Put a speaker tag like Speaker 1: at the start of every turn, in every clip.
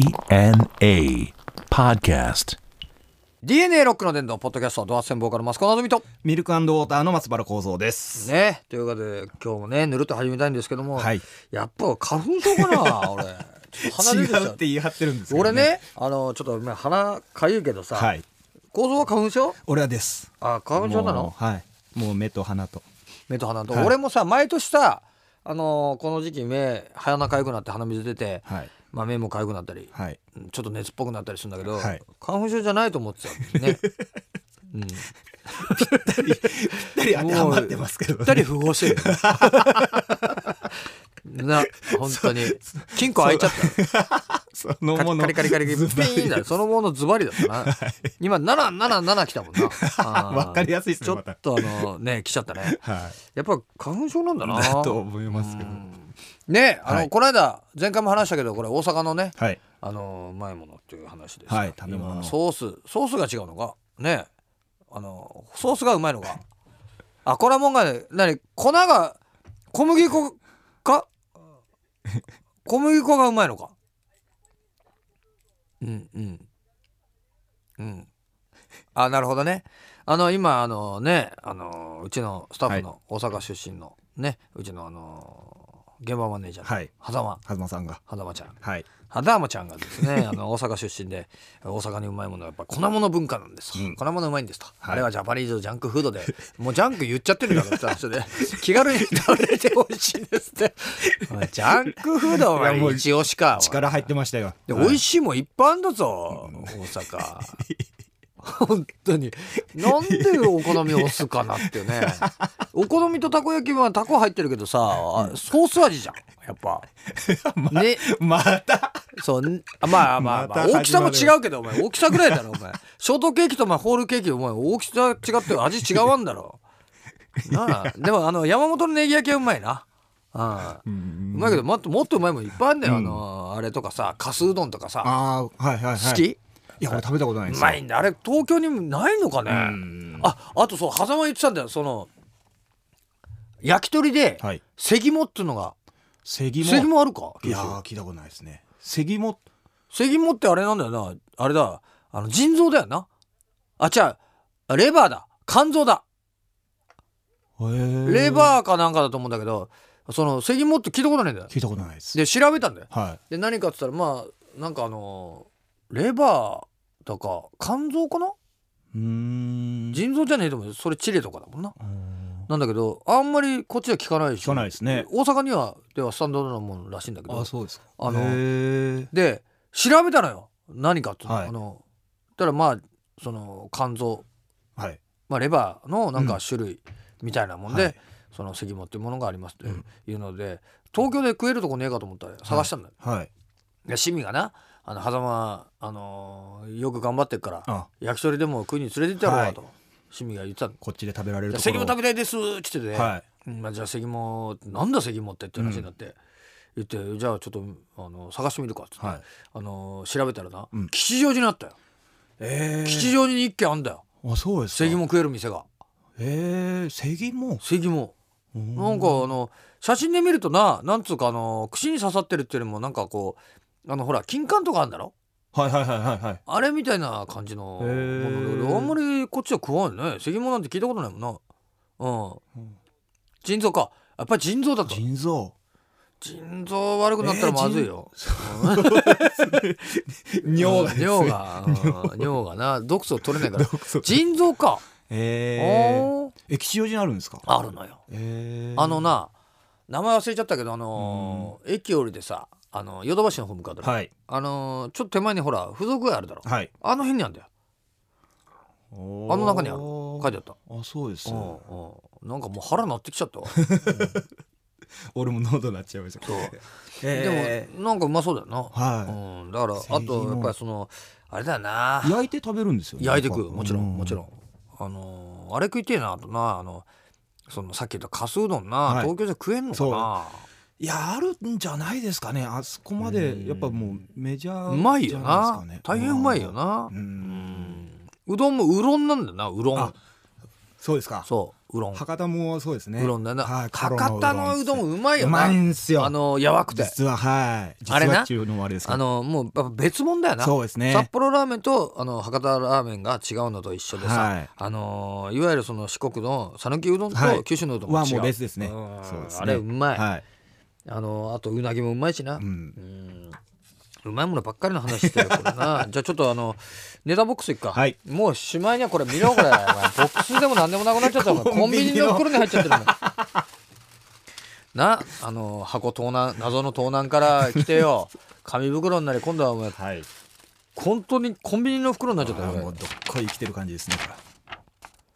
Speaker 1: DNA Podcast.
Speaker 2: DNA ロックの伝道ポッドキャストドア戦ボーカルマスコナズミと
Speaker 3: ミルクウォーターの松原幸三です。
Speaker 2: ねということで今日もねぬるっと始めたいんですけども、
Speaker 3: はい
Speaker 2: やっぱ花粉症かな俺ちょっと
Speaker 3: 違
Speaker 2: 鼻出てきちゃ
Speaker 3: うって言い張ってるんですけど、
Speaker 2: 俺ねあのちょっと今鼻かゆいけどさ、
Speaker 3: はい。
Speaker 2: 構造は花粉症
Speaker 3: 俺はです。
Speaker 2: あ花粉症なの
Speaker 3: もうはい。もう目と鼻と。
Speaker 2: 目と鼻と、
Speaker 3: はい
Speaker 2: 俺もさ毎年さあのこの時期目鼻かゆくなって鼻水出て、
Speaker 3: はい。
Speaker 2: まあ、目もかゆくなったり、
Speaker 3: はい。
Speaker 2: ちょっと熱っぽくなったりするんだけど、
Speaker 3: はい
Speaker 2: 花粉症じゃないと思ってた ねうん
Speaker 3: ぴったり当てはまってますけど、
Speaker 2: ぴったり符合してるよねな本当に金庫開いちゃった
Speaker 3: その
Speaker 2: カ
Speaker 3: も
Speaker 2: リ
Speaker 3: の。
Speaker 2: カリカリカリピ
Speaker 3: ズバリ
Speaker 2: ーンだよそのものズバリだったな今777来た もんなあー
Speaker 3: わかりやすいっすね
Speaker 2: ちょ
Speaker 3: また
Speaker 2: っとあのね来ちゃったね
Speaker 3: は
Speaker 2: やっぱ花粉症なんだ
Speaker 3: い。
Speaker 2: な
Speaker 3: だと思いますけど。
Speaker 2: ねあの、
Speaker 3: はい
Speaker 2: この間前回も話したけどこれ大阪のね
Speaker 3: はい。
Speaker 2: あのうまいものっていう話です
Speaker 3: はい食べ物
Speaker 2: 今ソースソースが違うのかねあのソースがうまいのかあこれはもんが何粉が小麦粉か小麦粉がうまいのかうんうんうんあなるほどねあの今あのねあのうちのスタッフの大阪出身のね、うちのあの現場マネージャーの
Speaker 3: はい
Speaker 2: 狭間
Speaker 3: はずまさんが。
Speaker 2: 狭間ちゃん
Speaker 3: はい。
Speaker 2: 肌山ちゃんがです ねあの大阪出身で大阪にうまいものはやっぱ粉物文化なんです、
Speaker 3: うん
Speaker 2: 粉物うまいんですと、
Speaker 3: はい
Speaker 2: あれはジャパニーズジャンクフードでもうジャンク言っちゃってるからって話 で気軽に食べてほしいですってお前ジャンクフード
Speaker 3: いやも
Speaker 2: は
Speaker 3: う
Speaker 2: 一押しか
Speaker 3: 力入ってましたよ。
Speaker 2: で
Speaker 3: はい
Speaker 2: 美味しいもんいっぱいあんだぞ、大 阪本当になんでお好み押すかなっていう ねお好みとたこ焼きはたこ入ってるけどさあソース味じゃんやっぱ、ね
Speaker 3: また。
Speaker 2: そう、んあまあまあ、まあ
Speaker 3: また始まる
Speaker 2: 大きさも違うけど、お前、大きさぐらいだろ、お 前。ショートケーキとお前ホールケーキ、お前、大きさ違って味違わんだろ。なあ、でも、あの、山本のネギ焼きはうまいな。ああう
Speaker 3: う
Speaker 2: んまいけど、もっと、もっとうまいもんいっぱいあんだよ、あの、あれとかさ、かすうどんとかさ。
Speaker 3: ああ、はいはいはい。
Speaker 2: 好
Speaker 3: い
Speaker 2: き
Speaker 3: や、俺食べたことないん
Speaker 2: う
Speaker 3: ですよ。
Speaker 2: まいんだ。あれ、東京にもないのかね。あ、あとそう、狭間言ってたんだよ、その、焼き鳥で、
Speaker 3: はい。
Speaker 2: セギモっていうのが、
Speaker 3: セギ
Speaker 2: セギ
Speaker 3: も。
Speaker 2: モあるか
Speaker 3: いやー、聞いたことないですね。セギも。
Speaker 2: 関もってあれなんだよなあれだあの腎臓だよなあ違うレバーだ肝臓だレ
Speaker 3: レー。
Speaker 2: バーかなんかだと思うんだけどその関もって聞いたことないんだよ
Speaker 3: 聞いたことないです。
Speaker 2: で調べたんだよ
Speaker 3: は。
Speaker 2: で何かっつったらまあなんかあのレバーだか肝臓かない
Speaker 3: うーん。
Speaker 2: 腎臓じゃねえと思うよそれチレとかだもんな
Speaker 3: うん
Speaker 2: なんだけどあんまりこっちは聞かないし
Speaker 3: 聞かないですね。
Speaker 2: 大阪にはではスタンダードなものらしいんだけど
Speaker 3: そうですか
Speaker 2: あの
Speaker 3: へー
Speaker 2: で調べたのよ何かっつったら、
Speaker 3: はい
Speaker 2: あのたらまあその肝臓
Speaker 3: はい。
Speaker 2: まあ、レバーのなんか種類みたいなもんで、
Speaker 3: はい
Speaker 2: その関もっていうものがありますというので、東京で食えるとこねえかと思ったら探したんだよ。
Speaker 3: はい。
Speaker 2: で市民がなあの狭間、あのーよく頑張ってっから
Speaker 3: あ
Speaker 2: 焼き鳥でも食いに連れてってやろうかと、市民が言ってたの。
Speaker 3: こっちで食べられ
Speaker 2: じゃ
Speaker 3: る
Speaker 2: あ
Speaker 3: とこ
Speaker 2: 関
Speaker 3: ろ
Speaker 2: も食べたいですっつってて、
Speaker 3: はい。
Speaker 2: うんまあ、じゃあ関もなんだ関もってって話になって、言ってじゃあちょっとあの探してみるかっつって、
Speaker 3: はい
Speaker 2: あのー調べたらな、
Speaker 3: うん
Speaker 2: 吉祥寺にあったよ
Speaker 3: ええ
Speaker 2: 吉祥寺に一軒あんだよ
Speaker 3: あ、そうですか。
Speaker 2: 関も食える店が
Speaker 3: ええセギも。
Speaker 2: 関も。
Speaker 3: な
Speaker 2: なんかあの写真で見るとななんつうかあの串に刺さってるっていうよりもなんかこうあのほら金柑とかあるんだろ
Speaker 3: はいはいはいはいはい。
Speaker 2: あれみたいな感じのも
Speaker 3: へー
Speaker 2: のだけどあんまりこっちは食わんよね関門なんて聞いたことないもんなうん、
Speaker 3: うん
Speaker 2: 腎臓かやっぱり腎臓だと
Speaker 3: 腎臓。
Speaker 2: 腎臓悪くなったらまずいよ、
Speaker 3: 尿が。
Speaker 2: うん 尿。が、うん 尿がな毒素取れないから
Speaker 3: 毒素
Speaker 2: 腎臓か、
Speaker 3: ええ。
Speaker 2: おー
Speaker 3: え、吉祥寺にあるんですか。
Speaker 2: あるのよ
Speaker 3: ええ。
Speaker 2: あの。な名前忘れちゃったけどあのー駅降りでさあのヨドバシの方向かうとこ
Speaker 3: はい。
Speaker 2: あのーちょっと手前にほら付属街あるだろ
Speaker 3: はい。
Speaker 2: あの辺にあるんだよ
Speaker 3: あ
Speaker 2: あの中にある書い
Speaker 3: る。
Speaker 2: てあった
Speaker 3: あ、そうです
Speaker 2: う。んうんなんかもう腹鳴ってきちゃ ったわ
Speaker 3: 俺も喉なっちゃいました。
Speaker 2: そう
Speaker 3: え
Speaker 2: でもなんかうまそうだよな、
Speaker 3: は
Speaker 2: うん、だからあ
Speaker 3: セリ
Speaker 2: と
Speaker 3: の。
Speaker 2: やっぱりそのあれだよない
Speaker 3: 焼いて食べるんですよね。
Speaker 2: 焼いてくもちろ
Speaker 3: うん
Speaker 2: もちろんあのーあれ食いてえなあとなあのそのさっき言ったかすうどんな、
Speaker 3: はい
Speaker 2: 東京じゃ食えんのか
Speaker 3: いやあるんじゃないですかねあそこまでやっぱもうメジャ
Speaker 2: な
Speaker 3: ー
Speaker 2: うまいよ
Speaker 3: じゃ
Speaker 2: な
Speaker 3: ですかね
Speaker 2: 大変うまいよな
Speaker 3: うん
Speaker 2: うんうどんもうろんなんだよなうろん
Speaker 3: あそうですか
Speaker 2: そううろん
Speaker 3: 博多もそうですね
Speaker 2: うどんだな、
Speaker 3: はい
Speaker 2: 博多のうどんうまいよ
Speaker 3: う
Speaker 2: な
Speaker 3: まいんすよ
Speaker 2: あのやわくて
Speaker 3: 実ははい実
Speaker 2: あれな
Speaker 3: はっていうのもあれです
Speaker 2: あ
Speaker 3: か
Speaker 2: のもうやっぱ別物だよな
Speaker 3: そうですね
Speaker 2: 札幌ラーメンとあの博多ラーメンが違うのと一緒でさ、
Speaker 3: はい
Speaker 2: あのーいわゆるその四国の讃岐うどん
Speaker 3: は
Speaker 2: と
Speaker 3: い
Speaker 2: 九州のうどんも違
Speaker 3: は
Speaker 2: う、
Speaker 3: もう別ですね
Speaker 2: ん
Speaker 3: そうですね
Speaker 2: あれうまい、
Speaker 3: はい
Speaker 2: あのーあとうなぎもうまいしな、う
Speaker 3: うんん
Speaker 2: うまいものばっかりの話してるこれ なじゃあちょっとあのネタボックスいっか、
Speaker 3: はい
Speaker 2: もうしまいにはこれ見ろ これお前ボックスでも何でもなくなっちゃったお前 コンビニの袋に入っちゃってるの なあのー箱盗難謎の盗難から来て よ紙袋になり今度はお前
Speaker 3: はい
Speaker 2: 本当にコンビニの袋になっちゃった
Speaker 3: あーも
Speaker 2: よ
Speaker 3: うどっこい生きてる感じですねこ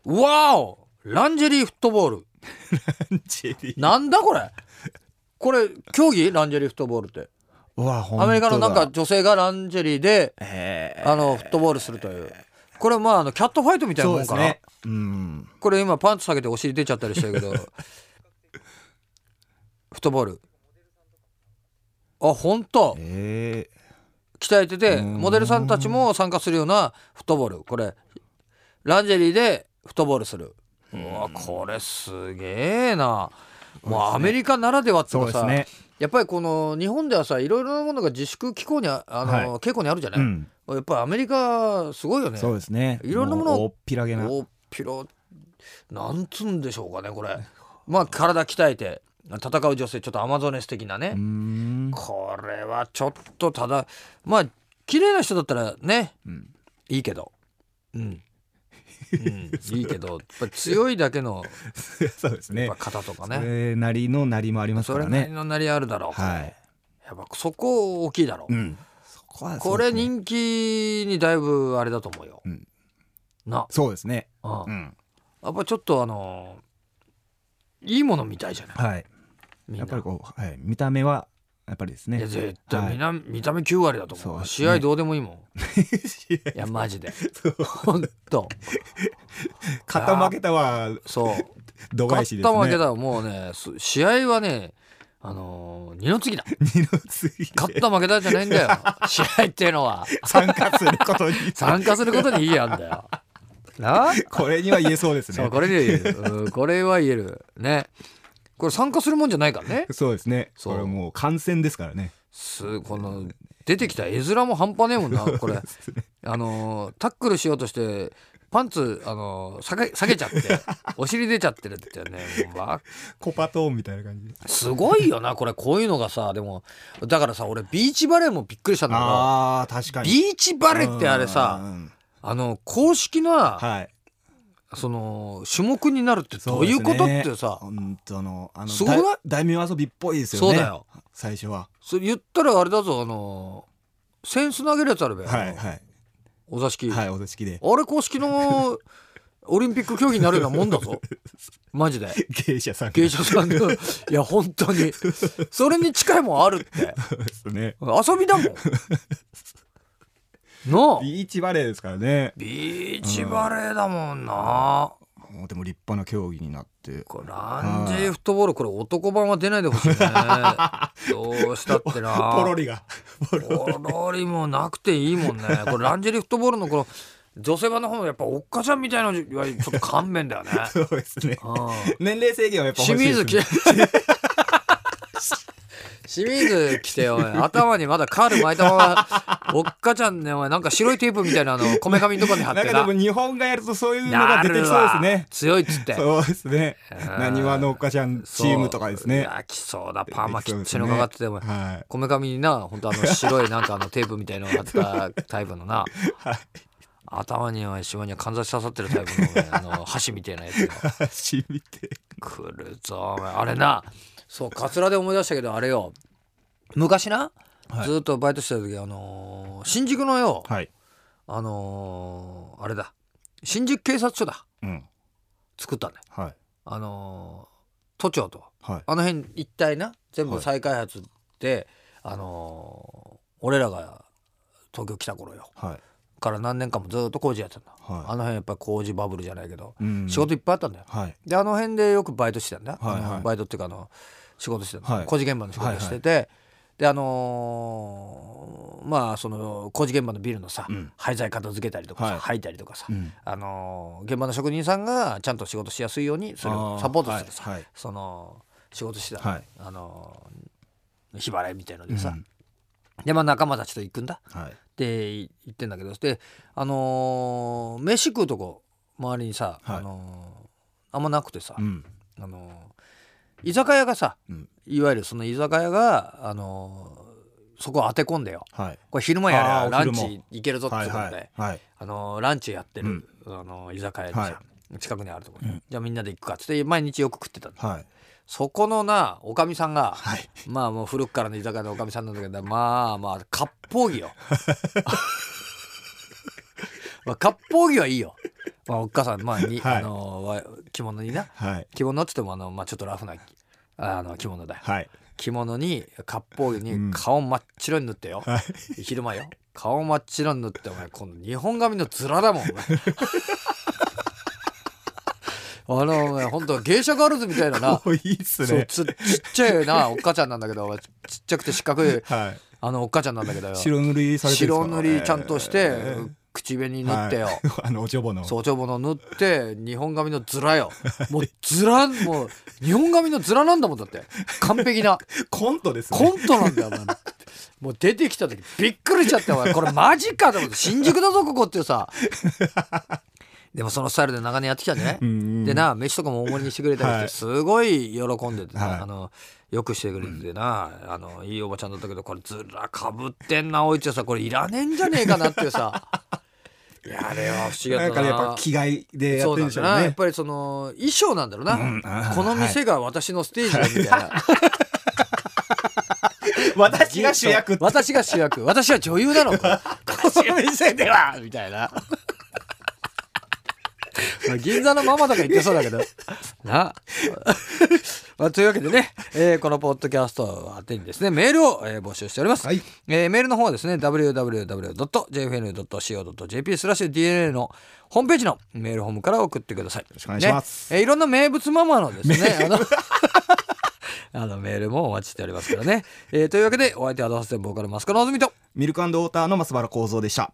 Speaker 2: うわおランジェリーフットボール
Speaker 3: れジェリー
Speaker 2: なんだこれこれ競技ランジェリーフットボールって
Speaker 3: うわほんとだ
Speaker 2: アメリカのなんか女性がランジェリーで
Speaker 3: え
Speaker 2: あのフットボールするというこれまああのキャットファイトみ
Speaker 3: ー
Speaker 2: たいな
Speaker 3: そう
Speaker 2: も
Speaker 3: で
Speaker 2: ん
Speaker 3: す
Speaker 2: かな、
Speaker 3: ねうん
Speaker 2: これ今パンツ下げてお尻出ちゃったりしてるけどフットボールあ本当
Speaker 3: え
Speaker 2: 鍛えててモデルさんたちも参加するようなフットボールこれランジェリーでフットボールするうわこれすげえなもうアメリカならではっていうかさ
Speaker 3: そうです
Speaker 2: やっぱりこの日本ではさいろいろなものが自粛機構にああの、
Speaker 3: はい
Speaker 2: 傾向にあるじゃな
Speaker 3: ー
Speaker 2: い、
Speaker 3: うん
Speaker 2: やっぱりアメリカすごいよね
Speaker 3: そうですね
Speaker 2: いろんなものを
Speaker 3: う大っぴらげな
Speaker 2: 大っぴろなんつうんでしょうかねこれまあ体鍛えて戦う女性ちょっとアマゾネス的なね、
Speaker 3: うーん
Speaker 2: これはちょっとただまあ綺麗な人だったらね、
Speaker 3: ん
Speaker 2: いいけどうん、 うん、いいけどやっぱ強いだけの
Speaker 3: そうです
Speaker 2: や
Speaker 3: ね
Speaker 2: っぱ肩とか
Speaker 3: そ
Speaker 2: ね
Speaker 3: れなりのなりもあります
Speaker 2: そ
Speaker 3: か
Speaker 2: れ
Speaker 3: ら
Speaker 2: なり
Speaker 3: ね
Speaker 2: のなりあるだろう、
Speaker 3: はい
Speaker 2: やっぱそこ大きいだろう、
Speaker 3: うんそこは
Speaker 2: こ
Speaker 3: そうで
Speaker 2: れ
Speaker 3: すね
Speaker 2: 人気にだいぶあれだと思うよ、
Speaker 3: うん
Speaker 2: な、
Speaker 3: そうですね
Speaker 2: うん
Speaker 3: うん
Speaker 2: やっぱちょっとあのーいいもの見たいじゃない
Speaker 3: はい
Speaker 2: みんな
Speaker 3: やっぱりこうはい見た目はやっぱりです
Speaker 2: い
Speaker 3: ね
Speaker 2: や絶対
Speaker 3: は
Speaker 2: み
Speaker 3: い
Speaker 2: な、見た目9割だと思う
Speaker 3: そうですね
Speaker 2: 試合どうでもいいもん いやマジでほんと
Speaker 3: 肩負けたは
Speaker 2: そう
Speaker 3: 度外視ですね
Speaker 2: 勝った負けたはもうねす試合はねあのー二の次だ
Speaker 3: 二の次で
Speaker 2: 勝った負けたじゃないん だよ試合っていうのは
Speaker 3: 参加することに
Speaker 2: 参加することにいいやんだよなあ
Speaker 3: これには言えそうです
Speaker 2: そ
Speaker 3: ね
Speaker 2: うこれで言えるうんこれは言えるねこれ参加するもんじゃないからね
Speaker 3: そうですね
Speaker 2: そう
Speaker 3: これもう感染ですからね
Speaker 2: すこの出てきた絵面も半端ねえもんなこれあのータックルしようとしてパンツあのー下げ下げちゃってお尻出ちゃってるってねもうわ
Speaker 3: コパトーンみたいな感じです
Speaker 2: ごいよなこれこういうのがさでもだからさ俺ビーチバレーもびっくりしたんだけど
Speaker 3: あー確か
Speaker 2: ビーチバレーってあれ
Speaker 3: う
Speaker 2: さ
Speaker 3: ん
Speaker 2: あの公式な
Speaker 3: はい
Speaker 2: その種目になるってどういうことってさ
Speaker 3: 本当のあの
Speaker 2: すごくない
Speaker 3: だ大名遊びっぽいですよ
Speaker 2: そ
Speaker 3: ね
Speaker 2: うだよ
Speaker 3: 最初は
Speaker 2: それ言ったらあれだぞあのーセンス投げるやつあるべ、
Speaker 3: はいは
Speaker 2: お座敷、
Speaker 3: いはいお座敷で
Speaker 2: あれ公式 のオリンピック競技になるようなもんだぞ。マジで。
Speaker 3: 芸者さんが
Speaker 2: 芸者さんの、いや、本当に。それに近いもんあるって。
Speaker 3: ですね
Speaker 2: 遊びだもん。なあ。
Speaker 3: ビーチバレーですからね
Speaker 2: ビーチバレーだもんな。
Speaker 3: もうでも立派な競技になって
Speaker 2: これランジェリーフットボール、これ男版は出ないでほしいね。どうしたってな。
Speaker 3: ポロリがポロ
Speaker 2: ポロリもなくていいもんね。これランジェリーフットボールのこの女性版の方もやっぱおっかちゃんみたいなのはちょっと勘弁 だよね。
Speaker 3: そうですね
Speaker 2: うん
Speaker 3: 年齢制限はやっぱ
Speaker 2: 清
Speaker 3: 欲しいです
Speaker 2: 水
Speaker 3: ね
Speaker 2: き 清水来てよおい頭にまだカール巻いた ままおっかちゃんねお前なんか白いテープみたいなのこめかみのとこに貼って
Speaker 3: なん
Speaker 2: な
Speaker 3: かでも日本がやるとそういうのが出てきそうです
Speaker 2: なる
Speaker 3: ね
Speaker 2: わ。強いっつって
Speaker 3: そうですね
Speaker 2: ん。
Speaker 3: なにわのおっかちゃんチームとかです
Speaker 2: そうい
Speaker 3: ね。
Speaker 2: や来そうだパーマきっちりのかかっててお前
Speaker 3: はい。
Speaker 2: こめかみにな本当あの白いなんかあのテープみたいなの貼ったタイプの な頭にはしまにはかんざし刺さってるタイプのお前あの箸みたいなやつが
Speaker 3: しみて。
Speaker 2: 来るぞお前あれなそうカツラで思い出したけどあれよ昔な、ずーっとバイトしてた時あのー新宿のよ、
Speaker 3: はい。
Speaker 2: あのーあれだ新宿警察署だ
Speaker 3: うん。
Speaker 2: 作ったんだよ
Speaker 3: はい。
Speaker 2: あのー都庁と
Speaker 3: はい。
Speaker 2: あの辺一帯な全部
Speaker 3: はい
Speaker 2: 再開発で、あのー俺らが東京来た頃よ
Speaker 3: はい。
Speaker 2: から何年間もずーっと工事やってたんだ、
Speaker 3: はい
Speaker 2: あの辺やっぱ工事バブルじゃないけど、
Speaker 3: うん
Speaker 2: 仕事いっぱいあったんだよ
Speaker 3: はい。
Speaker 2: であの辺でよくバイトしてたんだ、
Speaker 3: はいはい
Speaker 2: あのバイトっていうかあの仕事してたの、
Speaker 3: はい
Speaker 2: 工事現場の仕事してて、であのーまあその工事現場のビルのさ、廃材片付けたりとかさ、
Speaker 3: はい
Speaker 2: 吐いたりとかさ、
Speaker 3: ん
Speaker 2: あのー現場の職人さんがちゃんと仕事しやすいようにそれをサポートするさ、
Speaker 3: あーはいはい
Speaker 2: その仕事してた、
Speaker 3: はい
Speaker 2: あのー日払いみたいのでさ、でまあ仲間たちと行くんだ
Speaker 3: はい
Speaker 2: って言ってんだけどであのー飯食うとこ周りにさ、
Speaker 3: はい
Speaker 2: あのーあんまなくてさ、
Speaker 3: うん
Speaker 2: あのー居酒屋がさ、
Speaker 3: うん
Speaker 2: いわゆるその居酒屋が、あのーそこを当て込んでよ
Speaker 3: はい
Speaker 2: これ昼間やりゃ
Speaker 3: あー
Speaker 2: ラン
Speaker 3: お昼
Speaker 2: チ
Speaker 3: も
Speaker 2: 行けるぞってこ
Speaker 3: は
Speaker 2: と
Speaker 3: い
Speaker 2: で、
Speaker 3: はいはい
Speaker 2: あのーランチやってる、
Speaker 3: うん
Speaker 2: あのー居酒屋にさ、
Speaker 3: は
Speaker 2: 近くにあるところ、じゃあみんなで行くかっつって毎日よく食ってたの
Speaker 3: はい
Speaker 2: そこのなおかみさんが、
Speaker 3: はい
Speaker 2: まあもう古くからの居酒屋のおかみさんなんだけどまあまあ割烹 着よまあ割烹着はいいよ、まあ、おっかさん、まあに
Speaker 3: はい
Speaker 2: あのーわ着物にな
Speaker 3: はい
Speaker 2: 着物っつってもあの、まあ、ちょっとラフ なあの着物だよ
Speaker 3: はい
Speaker 2: 着物に割烹着
Speaker 3: う
Speaker 2: に
Speaker 3: ん
Speaker 2: 顔真っ白に塗ってよ、
Speaker 3: はい
Speaker 2: 昼間よ顔真っ白に塗ってお前今度日本髪のズラだもん お前あのお前本当芸者ガールズみたいなな
Speaker 3: もうい いっす
Speaker 2: そう
Speaker 3: ね
Speaker 2: つちっちゃいなおっかちゃんなんだけどお前ちちっちゃくて四角い
Speaker 3: はい
Speaker 2: あのおっかちゃんなんだけどよ
Speaker 3: 白塗りされてるんです
Speaker 2: 白
Speaker 3: か
Speaker 2: 塗りちゃんとして、
Speaker 3: えー
Speaker 2: 口紅塗ってよ、
Speaker 3: はい あのおちょぼの
Speaker 2: 早朝もの塗って日本髪のズラよもうズラもう日本髪のズラなんだもんだって完璧な
Speaker 3: コントですね
Speaker 2: コントなんだよお前もう出てきた時びっくりしちゃったお前これマジかと思って新宿だぞここってさでもそのスタイルで長年やってきたんじゃない
Speaker 3: うんうん
Speaker 2: でな飯とかも大盛りにしてくれたりして
Speaker 3: はい
Speaker 2: すごい喜んでてな、
Speaker 3: はい
Speaker 2: あのよくしてくれててな、あのいいおばちゃんだったけどこれずらかぶってんなおいちゃんさこれいらねえんじゃねえかなっていうさいやあれは不思議だ
Speaker 3: な
Speaker 2: っ
Speaker 3: ん
Speaker 2: た
Speaker 3: か
Speaker 2: な
Speaker 3: ねやっぱ気概でや
Speaker 2: そ
Speaker 3: っ
Speaker 2: うなんん
Speaker 3: てるでしょ
Speaker 2: だ
Speaker 3: う
Speaker 2: な、やっ
Speaker 3: ね
Speaker 2: ぱりその衣装なんだろうな、
Speaker 3: んあー
Speaker 2: この店が私のステージだみたいな、
Speaker 3: 私が主役って
Speaker 2: 私が主役私は女優なのこ の店ではみたいなまあ銀座のママとか言ってそうだけどな、まあ、というわけでね、えーこのポッドキャストを当てにですねメールを、えー募集しております、
Speaker 3: はい
Speaker 2: えーメールの方はですね www.jfn.co.jp スラッシュ DNA のホームページのメールホームから送ってくださいよろ
Speaker 3: しくお願いします
Speaker 2: えーいろんな名物ママのです ねあのあのメールもお待ちしておりますからね。えーというわけでお相手はドハステンボーカルマスカのあずみと
Speaker 3: ミルクウォーターの松原幸三でした